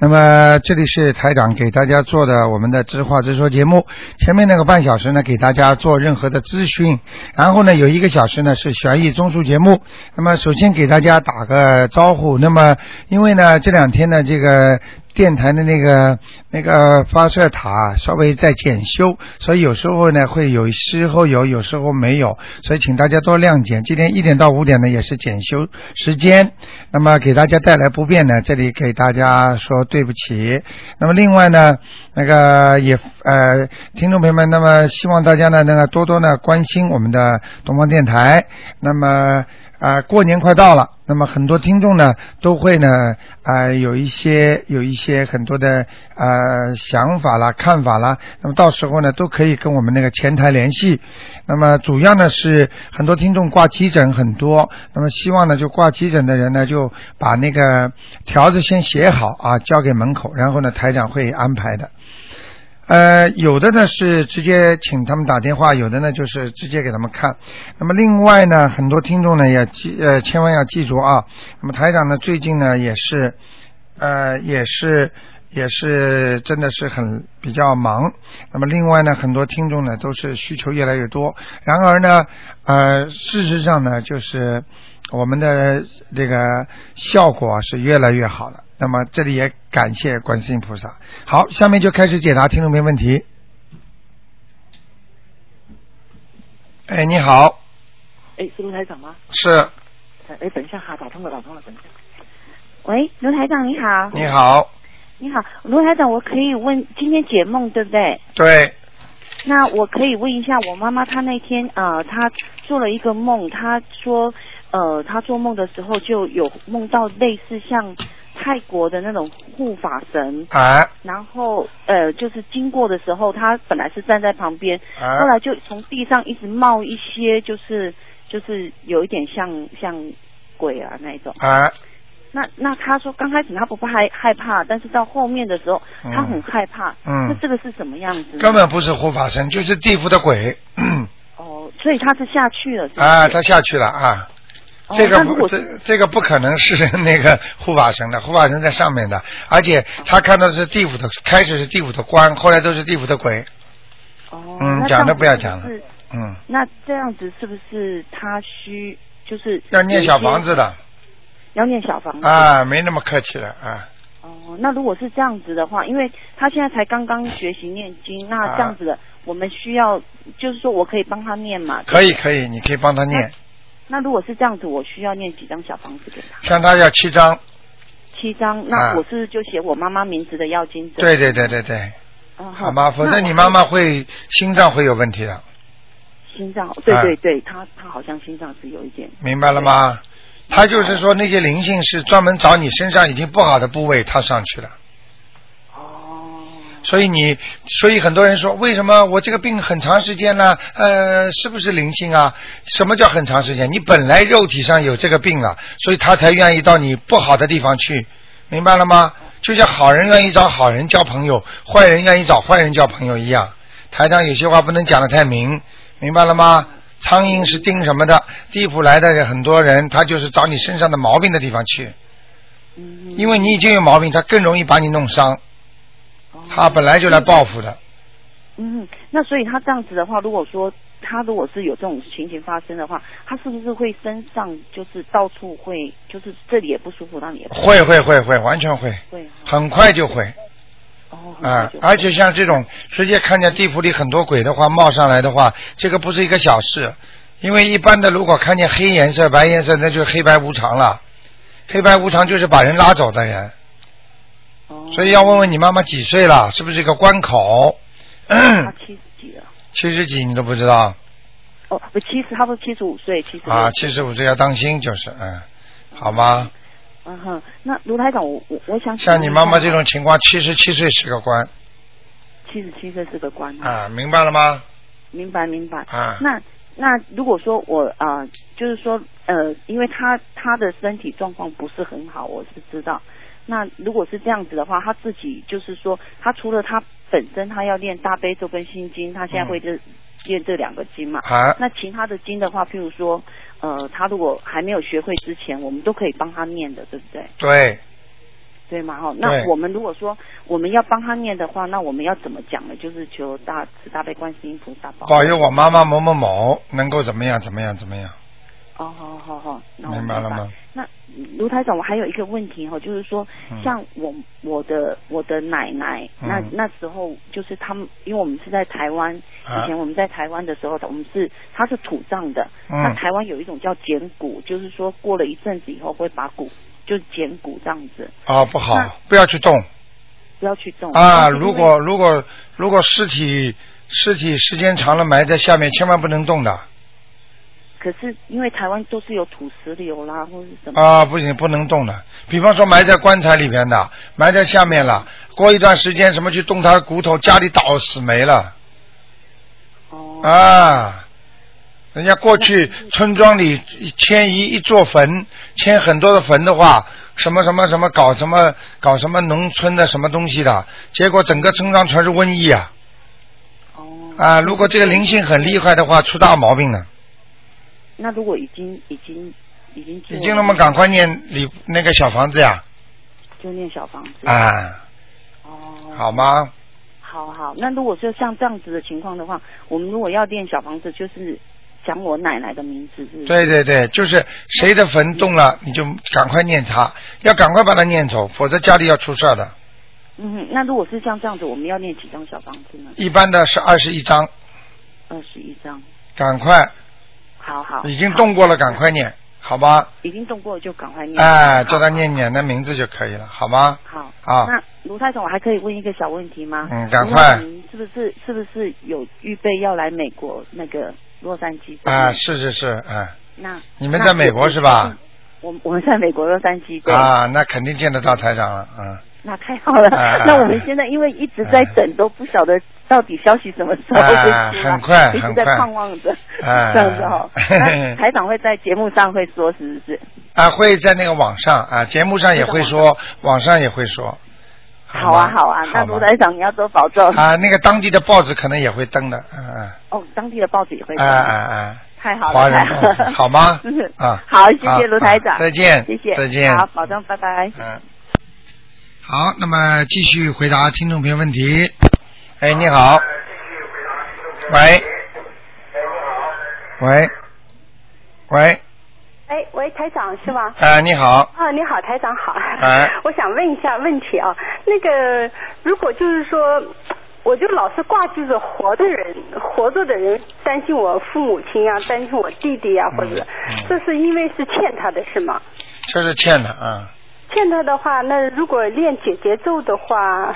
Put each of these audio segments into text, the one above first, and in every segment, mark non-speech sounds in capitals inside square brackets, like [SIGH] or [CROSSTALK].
那么这里是台长给大家做的我们的知话直说节目。前面那个半小时呢，给大家做任何的咨询，然后呢有一个小时呢是悬疑综述节目。那么首先给大家打个招呼。那么因为呢这两天呢这个。电台的那个那个发射塔稍微在检修，所以有时候呢会有时候有，有时候没有，所以请大家多谅解。今天一点到五点呢也是检修时间，那么给大家带来不便呢，这里给大家说对不起。那么另外呢，那个也呃，听众朋友们，那么希望大家呢那个多多呢关心我们的东方电台，那么。啊、过年快到了，那么很多听众呢都会呢啊、有一些有一些很多的呃想法啦、看法啦，那么到时候呢都可以跟我们那个前台联系。那么主要呢是很多听众挂急诊很多，那么希望呢就挂急诊的人呢就把那个条子先写好啊，交给门口，然后呢台长会安排的。呃，有的呢是直接请他们打电话，有的呢就是直接给他们看。那么另外呢，很多听众呢也记呃，千万要记住啊。那么台长呢最近呢也是呃也是也是真的是很比较忙。那么另外呢，很多听众呢都是需求越来越多。然而呢，呃，事实上呢，就是我们的这个效果啊是越来越好了。那么这里也感谢观世音菩萨。好，下面就开始解答听众朋友问题。哎，你好，哎，是卢台长吗？是哎，等一下哈，打通了，打通了，等一下。喂，卢台长你好，你好，你好，卢台长，我可以问今天解梦对不对？对，那我可以问一下我妈妈，她那天呃，她做了一个梦，她说呃，她做梦的时候就有梦到类似像泰国的那种护法神，哎然后呃，就是经过的时候，她本来是站在旁边，后哎，来就从地上一直冒一些，就是就是有一点像像鬼啊那一种。哎，那那他说刚开始他不怕害害怕，但是到后面的时候嗯他很害怕。嗯那这个是什么样子呢？根本不是护法神，就是地府的鬼。哦，所以他是下去了。是不是啊，他下去了啊。哦这个那如不，果这这个不可能是 [LAUGHS] 那个护法神的，护法神在上面的，而且他看到的是地府的，开始是地府的官，后来都是地府的鬼，哦，嗯那讲都这样子不要讲了是不是嗯，那这样子是不是他需就是要念小房子，子的要念小房子？啊，没那么客气了啊，哦，那如果是这样子的话，因为他现在才刚刚学习念经，那啊这样子的，我们需要就是说我可以帮他念嘛？可以可以，你可以帮他念，那如果是这样子，我需要念几张小房子给他？像他要七张，七张。啊那我是不是就写我妈妈名字的要经者？对对对对对，啊，好吗？否那则我你妈妈会心脏会有问题的，心脏，对啊对对，她她好像心脏是有一点，明白了吗？他就是说那些灵性是专门找你身上已经不好的部位，他上去了。哦，所以你，所以很多人说，为什么我这个病很长时间了？呃，是不是灵性啊？什么叫很长时间？你本来肉体上有这个病了，所以他才愿意到你不好的地方去，明白了吗？就像好人愿意找好人交朋友，坏人愿意找坏人交朋友一样。台上有些话不能讲得太明，明白了吗？苍蝇是叮什么的？地府来的很多人，他就是找你身上的毛病的地方去，嗯，因为你已经有毛病，他更容易把你弄伤。哦他本来就来报复的。嗯，那所以她这样子的话，如果说她如果是有这种情形发生的话，她是不是会身上就是到处会，就是这里也不舒服，那里也不会会会会，完全会，会，啊很快就会哦，很快啊、就而且像这种直接看见地府里很多鬼的话冒上来的话，这个不是一个小事，因为一般的如果看见黑颜色、白颜色，那就是黑白无常了。黑白无常就是把人拉走的人，哦所以要问问你妈妈几岁了，是不是一个关口？ [CLEARS THROAT] 嗯她七十几了，七十几你都不知道哦，不七十，她不是七十五岁，七十啊？七十五岁要当心，就是嗯，好吗？嗯哼，那卢台长，我我我想像你妈妈这种情嗯况，七十七岁是个关七十七岁是个关，啊，明白了吗？明白明白，啊，那那如果说我啊、呃就是说呃，因为他他的身体状况不是很好，我是知道。那如果是这样子的话，他自己就是说，他除了他本身他要练大悲咒跟心经，他现在会这练这两个经嘛？嗯啊，那其他的经的话，譬如说，呃，他如果还没有学会之前，我们都可以帮他念的，对不对？对，对吗？哈，对那我们如果说我们要帮他念的话，那我们要怎么讲呢？就是求大慈大悲观世音菩萨保佑保佑我妈妈某某某能够怎么样怎么样怎么样，哦，好好好，那我明白了吗？？那卢台长，我还有一个问题哈、就是说嗯，像我我的我的奶奶，嗯那那时候就是他们，因为我们是在台湾，啊以前我们在台湾的时候，我们是他是土葬的，嗯那台湾有一种叫捡骨，就是说过了一阵子以后会把骨就是捡骨这样子，啊，不好那，不要去动不要去啊！动但是因为如果如果如果尸体尸体时间长了埋在下面，千万不能动的可是因为台湾都是有土石流啦或者是什么，啊，不行，不能动的。比方说埋在棺材里边的，埋在下面了，过一段时间什么去动他的骨头，家里倒死霉了哦，啊！人家过去村庄里迁移一座坟，迁很多的坟的话，什么什么什么搞什么搞什么农村的什么东西的，结果整个村庄全是瘟疫啊！哦啊，如果这个灵性很厉害的话，出大毛病了。那如果已经已经已经做已经那么赶快念礼那个小房子呀？就念小房子，啊，哦，好吗？好好，那如果说像这样子的情况的话，我们如果要练小房子，就是讲我奶奶的名字，是不是？对对对，就是谁的坟动了，你就赶快念他，要赶快把他念走，否则家里要出事儿的。嗯哼，那如果是像这样子，我们要练几张小房子呢？一般的是二十一章，二十一张。赶快，好好，已经动过了，赶快念，好吗？好，已经动过了就赶快念。哎，好叫他。念念那名字就可以了，好吗？好。啊，那卢太总，我还可以问一个小问题吗？嗯赶快卢太总您是不是是不是有预备要来美国那个洛杉矶？啊，。是是是，哎，那你们在美国是吧？那我 [LAUGHS] 我们在美国洛杉矶。对。啊，那肯定见得到台长了，嗯。那太好了，哎 [LAUGHS] 那我们现在因为一直在等，都不晓得到底消息什么时候会出哎来，很快一直在很快盼望着，哎 [LAUGHS] 这样子 [LAUGHS] 哈。那台长会在节目上会说，是不是？啊，会在那个网上啊，节目上也会说，网上也会说。好啊，吗好啊，那好卢吧台长你要多保重啊，那个当地的报纸可能也会登的，嗯嗯哦，当地的报纸也会啊说，啊啊，太好华了，太人报纸好好了，[LAUGHS] 吗嗯？啊，好，谢啊谢卢台长啊，再见，谢谢，再见，好，保重，拜哎拜。嗯，好，那么继续回答听众朋友问题。哎，你好。喂。喂。喂，哎，喂，台长是吧？啊，你好，啊，你好，台长好。哎 [LAUGHS] 我想问一下问题啊，那个如果就是说，我就老是挂记着活的人，活着的人担心我父母亲啊，担心我弟弟啊，或者、嗯这是因为是欠他的是吗？这是欠的啊，欠他的话，那如果练解结咒的话，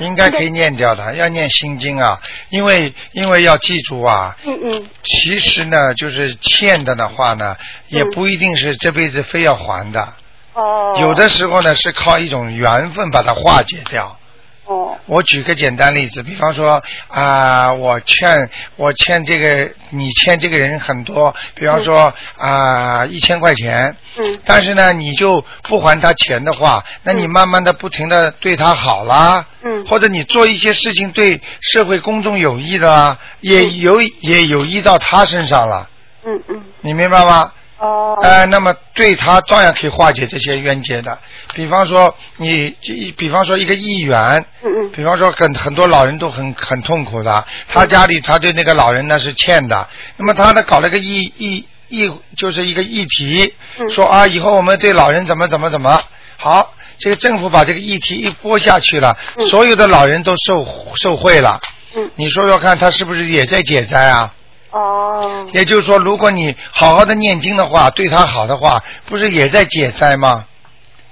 应该可以念掉的，要念心经啊，因为因为要记住啊，嗯嗯，其实呢，就是欠的的话呢，也嗯不一定是这辈子非要还的，哦，有的时候呢是靠一种缘分把它化解掉。哦，我举个简单例子，比方说啊、我欠我欠这个你欠这个人很多，比方说啊一千块钱，嗯但是呢你就不还他钱的话，那你嗯慢慢的不停的对他好啦，嗯或者你做一些事情对社会公众有益的啦，也有也有益到他身上了，嗯嗯，你明白吗？哦，呃，那么对他照样可以化解这些冤结的。比方说你，一比方说一个议员，嗯嗯比方说很很多老人都很很痛苦的，他家里他对那个老人呢是欠的，那么他呢搞了个议议议就是一个议题，嗯说啊以后我们对老人怎么怎么怎么好，这个政府把这个议题一拨下去了，嗯所有的老人都受受贿了，嗯，你说说看他是不是也在解灾啊？哦，也就是说，如果你好好的念经的话，对他好的话，不是也在解灾吗？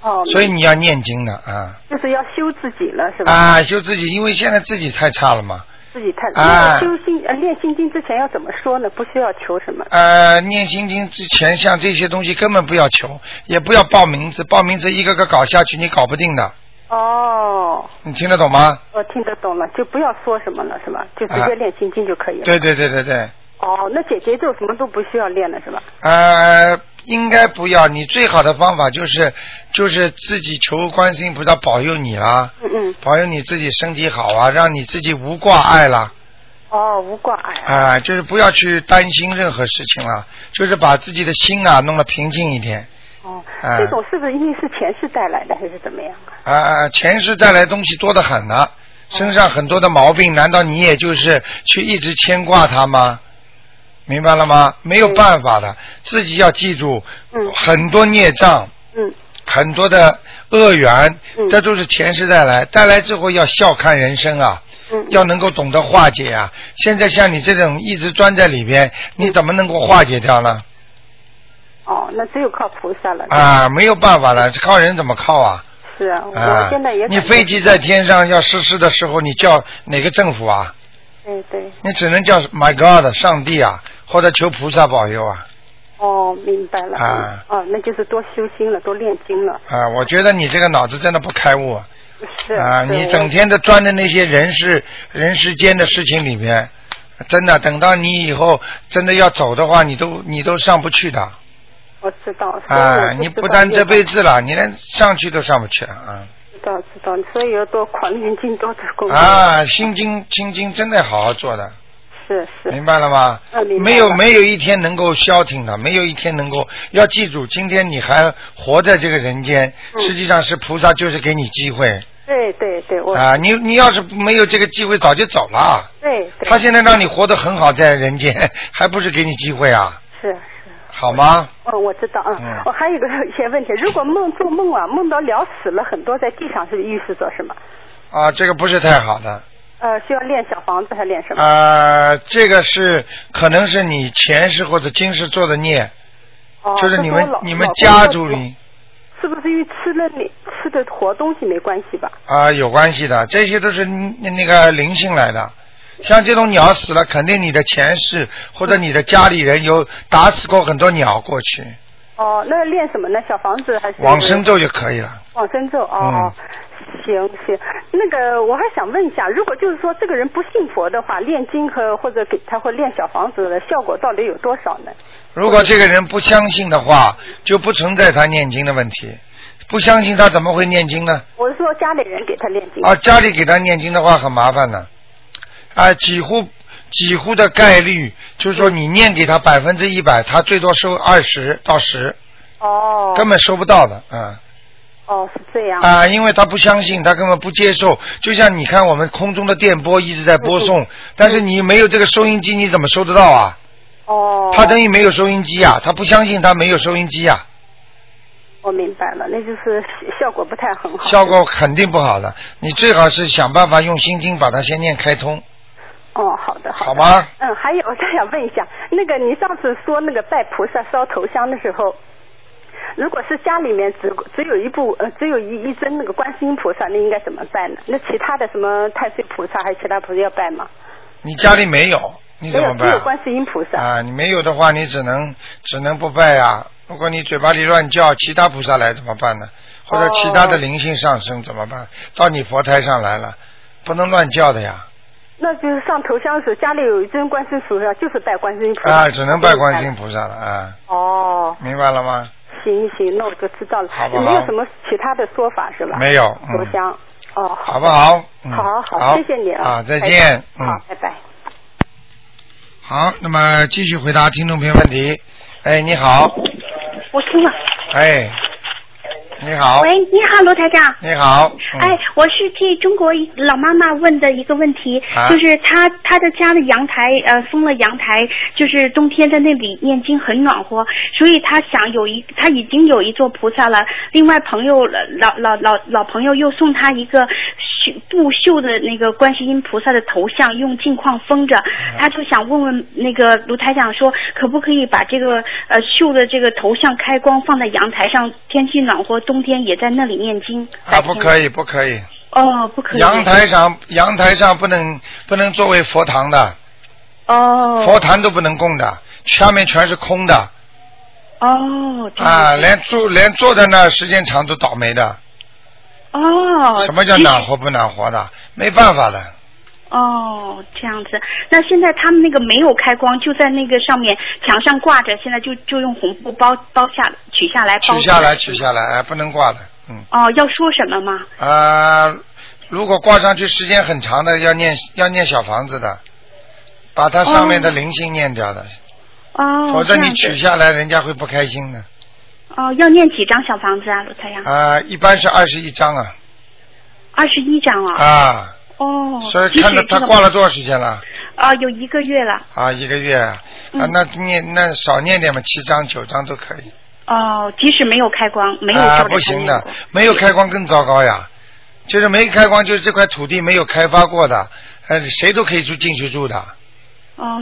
哦，所以你要念经的啊就是要修自己了是吧？啊，就自己，因为现在自己太差了嘛。自己看。啊那修心呃练心经之前要怎么说呢？不需要求什么。呃，念心经之前，像这些东西根本不要求，也不要报名字，报名字一个个搞下去，你搞不定的。哦，你听得懂吗？我听得懂了，就不要说什么了，是吧？就直啊接练心经就可以了。对对对对对，哦，那姐姐咒什么都不需要练了，是吧？呃，应该不要。你最好的方法就是就是自己求观世音菩萨保佑你啦，嗯嗯，保佑你自己身体好啊，让你自己无挂碍啦。哦，无挂碍。啊、就是不要去担心任何事情了，就是把自己的心啊弄得平静一点。哦，啊这种是不是一定是前世带来的，还是怎么样？啊、前世带来的东西多得很呢、身上很多的毛病，难道你也就是去一直牵挂它吗？明白了吗？没有办法的，自己要记住，嗯很多孽障，嗯，很多的恶缘，嗯这都是前世带来，带来之后要笑看人生啊。嗯要能够懂得化解啊！现在像你这种一直钻在里边，你嗯怎么能够化解掉呢？哦，那只有靠菩萨了。啊，没有办法了，靠人怎么靠啊？是啊，啊我现在也，你感觉飞机在天上要失事的时候，你叫哪个政府啊？对对，你只能叫 My God，上帝啊，或者求菩萨保佑啊！哦，明白了。啊哦，那就是多修心了，多练经了。啊，我觉得你这个脑子真的不开悟啊！是啊，是你我整天的钻在那些人事人世间的事情里面，真的，等到你以后真的要走的话，你都你都上不去的。我知道，所以啊，我你知道不单这辈子子了，你连上去都上不去了啊！知道知道，所以要多狂念经，多做功课。，啊，心经心经真的好好做的，是明是，白了吗？嗯明白没有了没有一天能够消停的，没有一天能够要记住，今天你还活在这个人间，嗯实际上是菩萨就是给你机会对对对，我啊！你你要是没有这个机会，早就走了。对对他现在让你活得很好，在人间， [LAUGHS] 还不是给你机会啊？是。好吗？哦，我知道啊嗯。我还有一个一些问题，如果梦做梦啊，梦到聊死了很多，在地上是预示着什么？啊，这个不是太好的。呃，需要练小房子还练什么？啊，这个是可能是你前世或者今世做的孽，哦，就是你们这跟我老你们老公家说族里是不是与吃了没吃的活东西没关系吧？啊、有关系的，这些都是那那个灵性来的。像这种鸟死了，肯定你的前世或者你的家里人有打死过很多鸟过去，哦，那练什么呢？小房子还是往生咒就可以了。往生咒哦。嗯行行，那个我还想问一下，如果就是说这个人不信佛的话，念经和或者给他或练小房子的效果到底有多少呢？如果这个人不相信的话，就不存在他念经的问题。不相信他怎么会念经呢？我是说家里人给他念经。啊，家里给他念经的话很麻烦的，啊，几乎几乎的概率就是说你念给他百分之一百，他最多收二十到十，哦根本收不到的，嗯哦，是这样。啊，因为他不相信，他根本不接受。就像你看我们空中的电波一直在播嗯送，但是你没有这个收音机，你怎么收得到啊？哦，他等于没有收音机啊，他不相信他没有收音机啊，我明白了，那就是效果不太很好。效果肯定不好的。你最好是想办法用心经把它先念开通，哦，好的好好的。吗？嗯，还有我再想问一下，那个你上次说那个拜菩萨烧头香的时候，如果是家里面只只有一部呃只有一一尊那个观世音菩萨，那应该怎么拜呢？那其他的什么太岁菩萨还有其他菩萨要拜吗？你家里没有，你没怎有，么只办啊、有观世音菩萨。啊，你没有的话，你只能只能不拜啊。如果你嘴巴里乱叫，其他菩萨来怎么办呢？或者其哦他的灵性上升怎么办？到你佛台上来了，不能乱叫的呀。那就是上头香的时候，家里有一尊观世音菩萨，就是拜观世音菩萨。啊，只能拜观世音。菩萨了啊，哦，明白了吗？行行，那我就知道了。好不好没有什么其他的说法是吧？没有嗯头香。哦，好不好？嗯、好好，好，谢谢你啊，啊，再台见。长嗯好，，拜拜。好，那么继续回答听众朋友问题。哎，你好，我听了。哎，你好，喂，你好，罗台长。你好，嗯、哎，我是替中国老妈妈问的一个问题，啊就是她她的家的阳台呃封了阳台，就是冬天在那里念经很暖和，所以她想有一她已经有一座菩萨了，另外朋友老老老老朋友又送她一个绣布绣的那个观世音菩萨的头像，用镜框封着，啊她就想问问那个卢台长说，可不可以把这个呃绣的这个头像开光放在阳台上，天气暖和，冬天也在那里念经。啊，不以。可以，不可以。哦，不可以。阳台上，阳台上不能不能作为佛堂的，哦佛坛都不能供的，下面全是空的哦这样啊，连住连坐在那儿时间长都倒霉的。哦什么叫暖和不暖和的？没办法的，哦，这样子。那现在他们那个没有开光，就在那个上面墙上挂着，现在就就用红布包包下取下来，包取下来，取下来，哎，不能挂的，嗯哦，要说什么吗？啊、如果挂上去时间很长的，要念要念小房子的，把它上面的灵性念掉的，哦，否则这你样子取下来，人家会不开心的。哦，要念几张小房子啊，罗太阳？啊、一般是二十一张啊，二十一张啊。啊，哦。所以即使看到他这个挂了多少时间了？啊、有一个月了。啊，一个月啊，啊嗯那念那少念点嘛，七张九张都可以。哦，即使没有开光，没有照啊，着不它行念的过，没有开光更糟糕呀。就是没开光，就是这块土地没有开发过的，呃，谁都可以住进去住的啊、哦，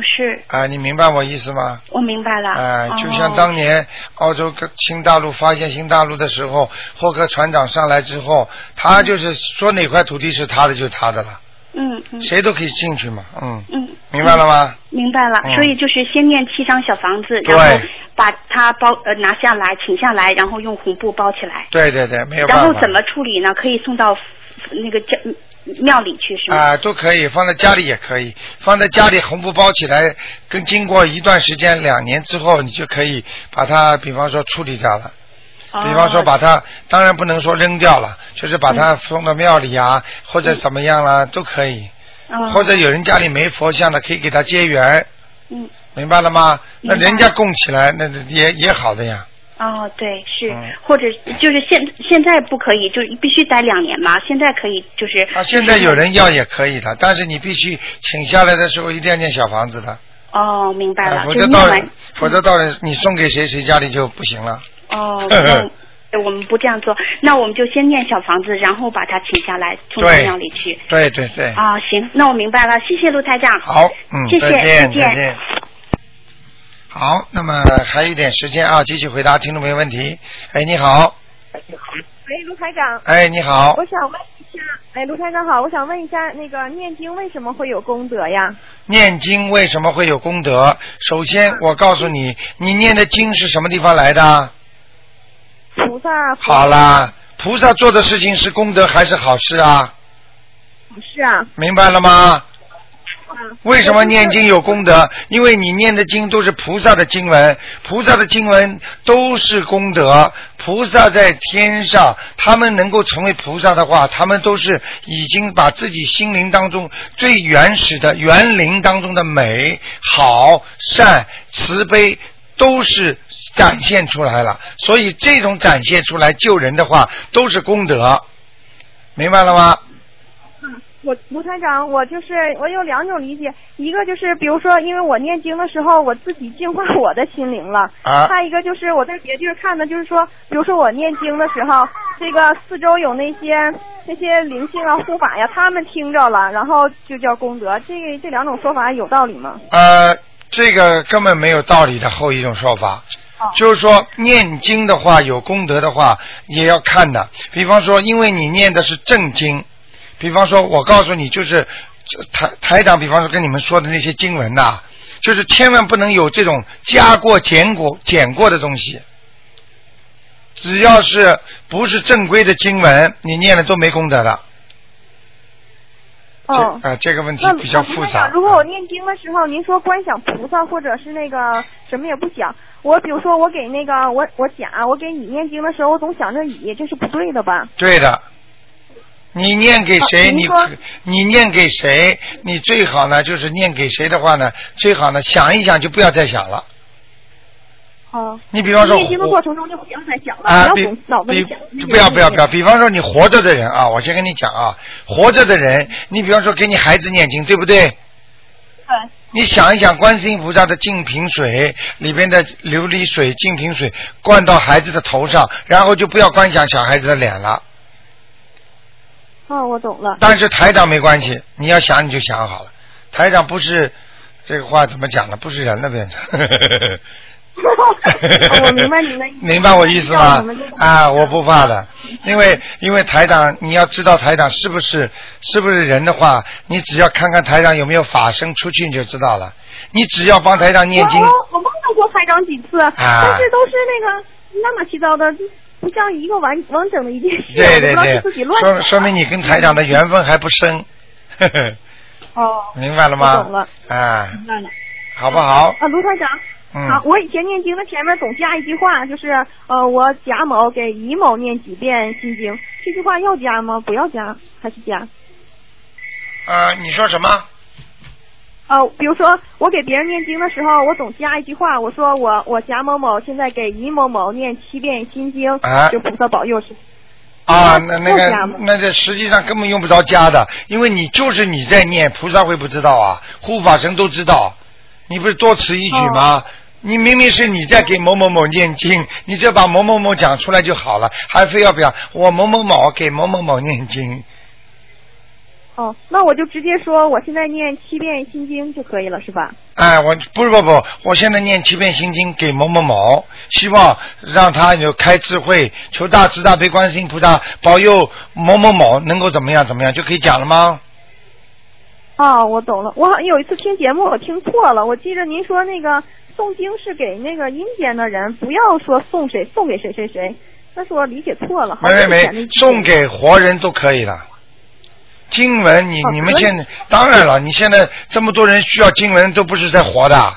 是你明白我意思吗？我明白了。啊、就像哦当年澳洲跟新大陆发现新大陆的时候，霍克船长上来之后，他就是说哪块土地是他的就他的了，嗯嗯谁都可以进去嘛，嗯，嗯，明白了吗？明白了，嗯所以就是先念七张小房子，对然后把它包呃拿下来，请下来，然后用红布包起来，对对对，没有办然法。后怎么处理呢？可以送到那个教庙里去是吗？啊、都可以，放在家里也可以，放在家里红布包起来，跟经过一段时间，两年之后，你就可以把它，比方说处理掉了，哦啊比方说把它，当然不能说扔掉了，就是把嗯它送到庙里啊，或者怎么样啦、都可以。哦或者有人家里没佛像的，可以给他结缘，嗯明白了吗？那明白人家供起来，那也也好的呀。哦对是，嗯或者就是现现在不可以，就必须待两年嘛，现在可以就是啊，现在有人要也可以的，但是你必须请下来的时候一定要念小房子的。哦明白啊了，否就则念到完否则到了你送给谁谁家里就不行了。哦，那 [LAUGHS] 我们不这样做，那我们就先念小房子，然后把它请下来，送到对庙里去。对对对，啊，行，那我明白了，谢谢陆台长。好，嗯，谢谢再见再见再见。好，那么还有一点时间啊，继续回答听众朋友问题。哎，你好，喂，卢台长，哎，你好我，想问一下，哎，卢台长好，我想问一下，那个念经为什么会有功德呀？念经为什么会有功德？首先，我告诉你，你念的经是什么地方来的？菩萨佛好啦，菩萨做的事情是功德还是好事啊？是啊，明白了吗？嗯为什么念经有功德？因为你念的经都是菩萨的经文，菩萨的经文都是功德。菩萨在天上，他们能够成为菩萨的话，他们都是已经把自己心灵当中最原始的园林当中的美好、善、慈悲都是展现出来了。所以这种展现出来救人的话，都是功德，明白了吗？我卢台长，我就是我有两种理解，一个就是比如说，因为我念经的时候，我自己净化我的心灵了；啊再一个就是我在别地儿看的，就是说，比如说我念经的时候，这个四周有那些那些灵性啊、护法呀，他们听着了，然后就叫功德。这个这两种说法有道理吗？呃，这个根本没有道理的后一种说法。就是说，念经的话，有功德的话，也要看的。比方说，因为你念的是正经，比方说，我告诉你，就是这台台长，比方说跟你们说的那些经文呐、就是千万不能有这种加过、减过、减过的东西。只要是不是正规的经文，你念了都没功德的。这哦啊、，这个问题那比较老师复那杂嗯样。如果我念经的时候，您说观想菩萨或者是那个什么也不想，我比如说我给那个我我甲我给乙念经的时候，我总想着乙，这是不对的吧？对的，你念给谁？啊您你说你念给谁？你最好呢，就是念给谁的话呢，最好呢想一想就不要再想了。哦。你比方说念经的活过程中就不要再想了，啊，不比要总脑子比里想。不要不要不要，比方说你活着的人啊，我先跟你讲啊，活着的人，你比方说给你孩子念经，对不对？你想一想，观世音菩萨的净瓶水里边的琉璃水、净瓶水灌到孩子的头上，然后就不要观想小孩子的脸了。哦，我懂 [LAUGHS] 了。但是台长没关系，你要想你就想好了。台长不是这个话怎么讲呢？不是人了变成。哦我明白您 [LAUGHS] 的意思。明白我意思吗那我们就？啊，我不怕的，因为因为台长，你要知道台长是不是是不是人的话，你只要看看台长有没有法身出去你就知道了。你只要帮台长念经啊我，我梦到过台长几次，但是都是那个乱码七糟的，不像一个完完整的一件事。对我对不知道是对自己，乱说说明你跟台长的缘分还不深。哦， [LAUGHS] 明白了吗？我懂了哎，明白了。好不好？啊，卢台长，嗯，啊，我以前念经的前面总加一句话，就是呃，我甲某给乙某念几遍心经，这句话要加吗？不要加还是加？呃，你说什么？呃，比如说我给别人念经的时候，我总加一句话，我说我我甲某某现在给乙某某念七遍心经，啊就菩萨保佑是。啊，那那要加吗个，那这实际上根本用不着加的，因为你就是你在念，菩萨会不知道啊，护法神都知道，你不是多此一举吗？你明明是你在给某某某念经，你只要把某某某讲出来就好了，还非要表我某某某给某某某念经，哦，那我就直接说我现在念七遍心经就可以了，是吧？哎，我不不不，我现在念七遍心经给某某某，希望让他有开智慧，求大慈大悲观世音菩萨保佑某某某能够怎么样怎么样，就可以讲了吗？哦，我懂了。我好像有一次听节目，我听错了。我记着您说那个诵经是给那个阴间的人，不要说送谁送给谁谁谁。但是我理解错了，好没像没以前没的，送给活人都可以了。经文你，哦你们可以现在当然了，你现在这么多人需要经文，都不是在活的，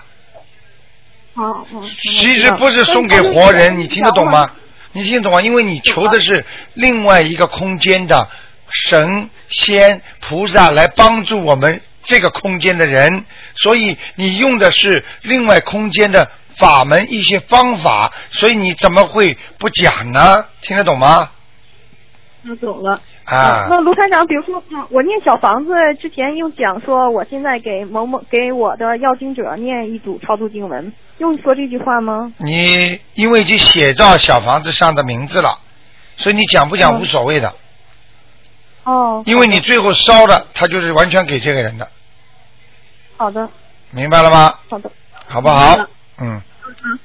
嗯哦哦，其实不是送给活人，你听得懂吗？？你听得懂吗？因为你求的是另外一个空间的神仙菩萨来帮助我们这个空间的人，所以你用的是另外空间的法门一些方法，所以你怎么会不讲呢？听得懂吗？我懂了。啊，哦那卢台长，比如说，嗯我念小房子之前又讲说，我现在给某某给我的要经者念一组超度经文，用说这句话吗？你因为已经写到小房子上的名字了，所以你讲不讲嗯无所谓的，哦，因为你最后烧了，他就是完全给这个人的，好的，明白了吗？好的。好不明好白了？嗯，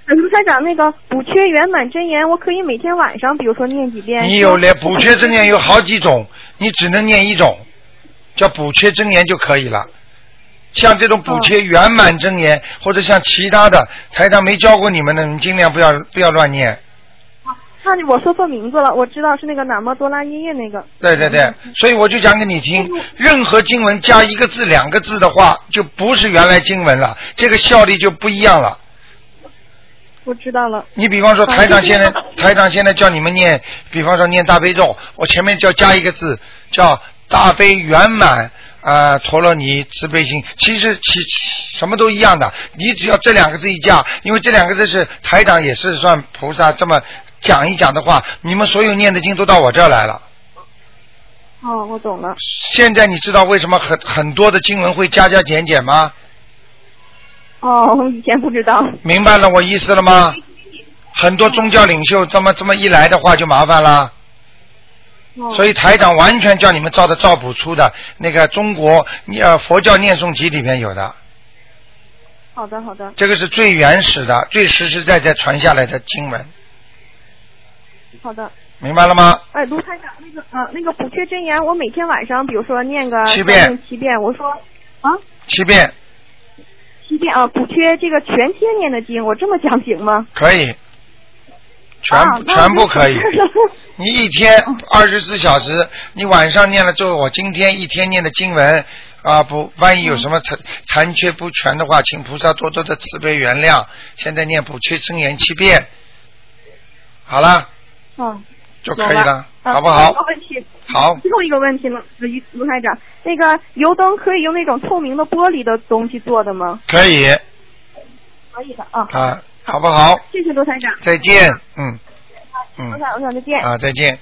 哎卢台长，那个补缺圆满真言，我可以每天晚上，比如说念几遍。你有了补缺真言有好几种，你只能念一种，叫补缺真言就可以了。像这嗯种补缺圆满真言，或者像其他的台上没教过你们的，你尽量不要不要乱念。那我说错名字了，我知道是那个南无多拉耶耶那个。对对对，所以我就讲给你听，任何经文加一个字、两个字的话，就不是原来经文了，这个效力就不一样了。我知道了。你比方说啊台长就是现在，台长现在叫你们念，比方说念大悲咒，我前面叫加一个字，叫大悲圆满啊、陀罗尼慈悲心，其实其什么都一样的，你只要这两个字一加，因为这两个字是台长也是算菩萨这么讲一讲的话，你们所有念的经都到我这儿来了。哦，我懂了。现在你知道为什么很很多的经文会加加减减吗？哦，我以前不知道。明白了我意思了吗？很多宗教领袖这么这么一来的话就麻烦了，哦、所以台长完全叫你们照着照补出的那个中国呃佛教念诵集里面有的，好的，好的，这个是最原始的、最实实在在传下来的经文，好的。明白了吗？哎，卢台长，那个呃，那个补缺真言，我每天晚上，比如说念个七遍三遍七遍，我说啊，七遍七遍啊，补缺这个全天念的经，我这么讲行吗？可以，全、啊那我全部就可 [LAUGHS] 以省。事儿了你一天二十四小时，你晚上念了之后，我今天一天念的经文啊，不，万一有什么残残缺不全的话，请菩萨多多的慈悲原谅。现在念补缺真言七遍，好了嗯。就可以了，啊好不最后好一个？问题，好，最后一个问题了，卢卢台长，那个油灯可以用那种透明的玻璃的东西做的吗？可以可以的啊，啊，好不好？谢谢卢台长，再见，嗯我嗯想我想再见。啊，再见。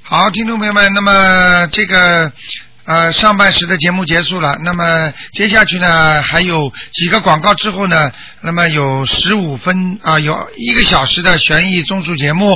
好，听众朋友们，那么这个呃上半时的节目结束了，那么接下去呢还有几个广告之后呢，那么有十五分啊、有一个小时的悬疑综述节目，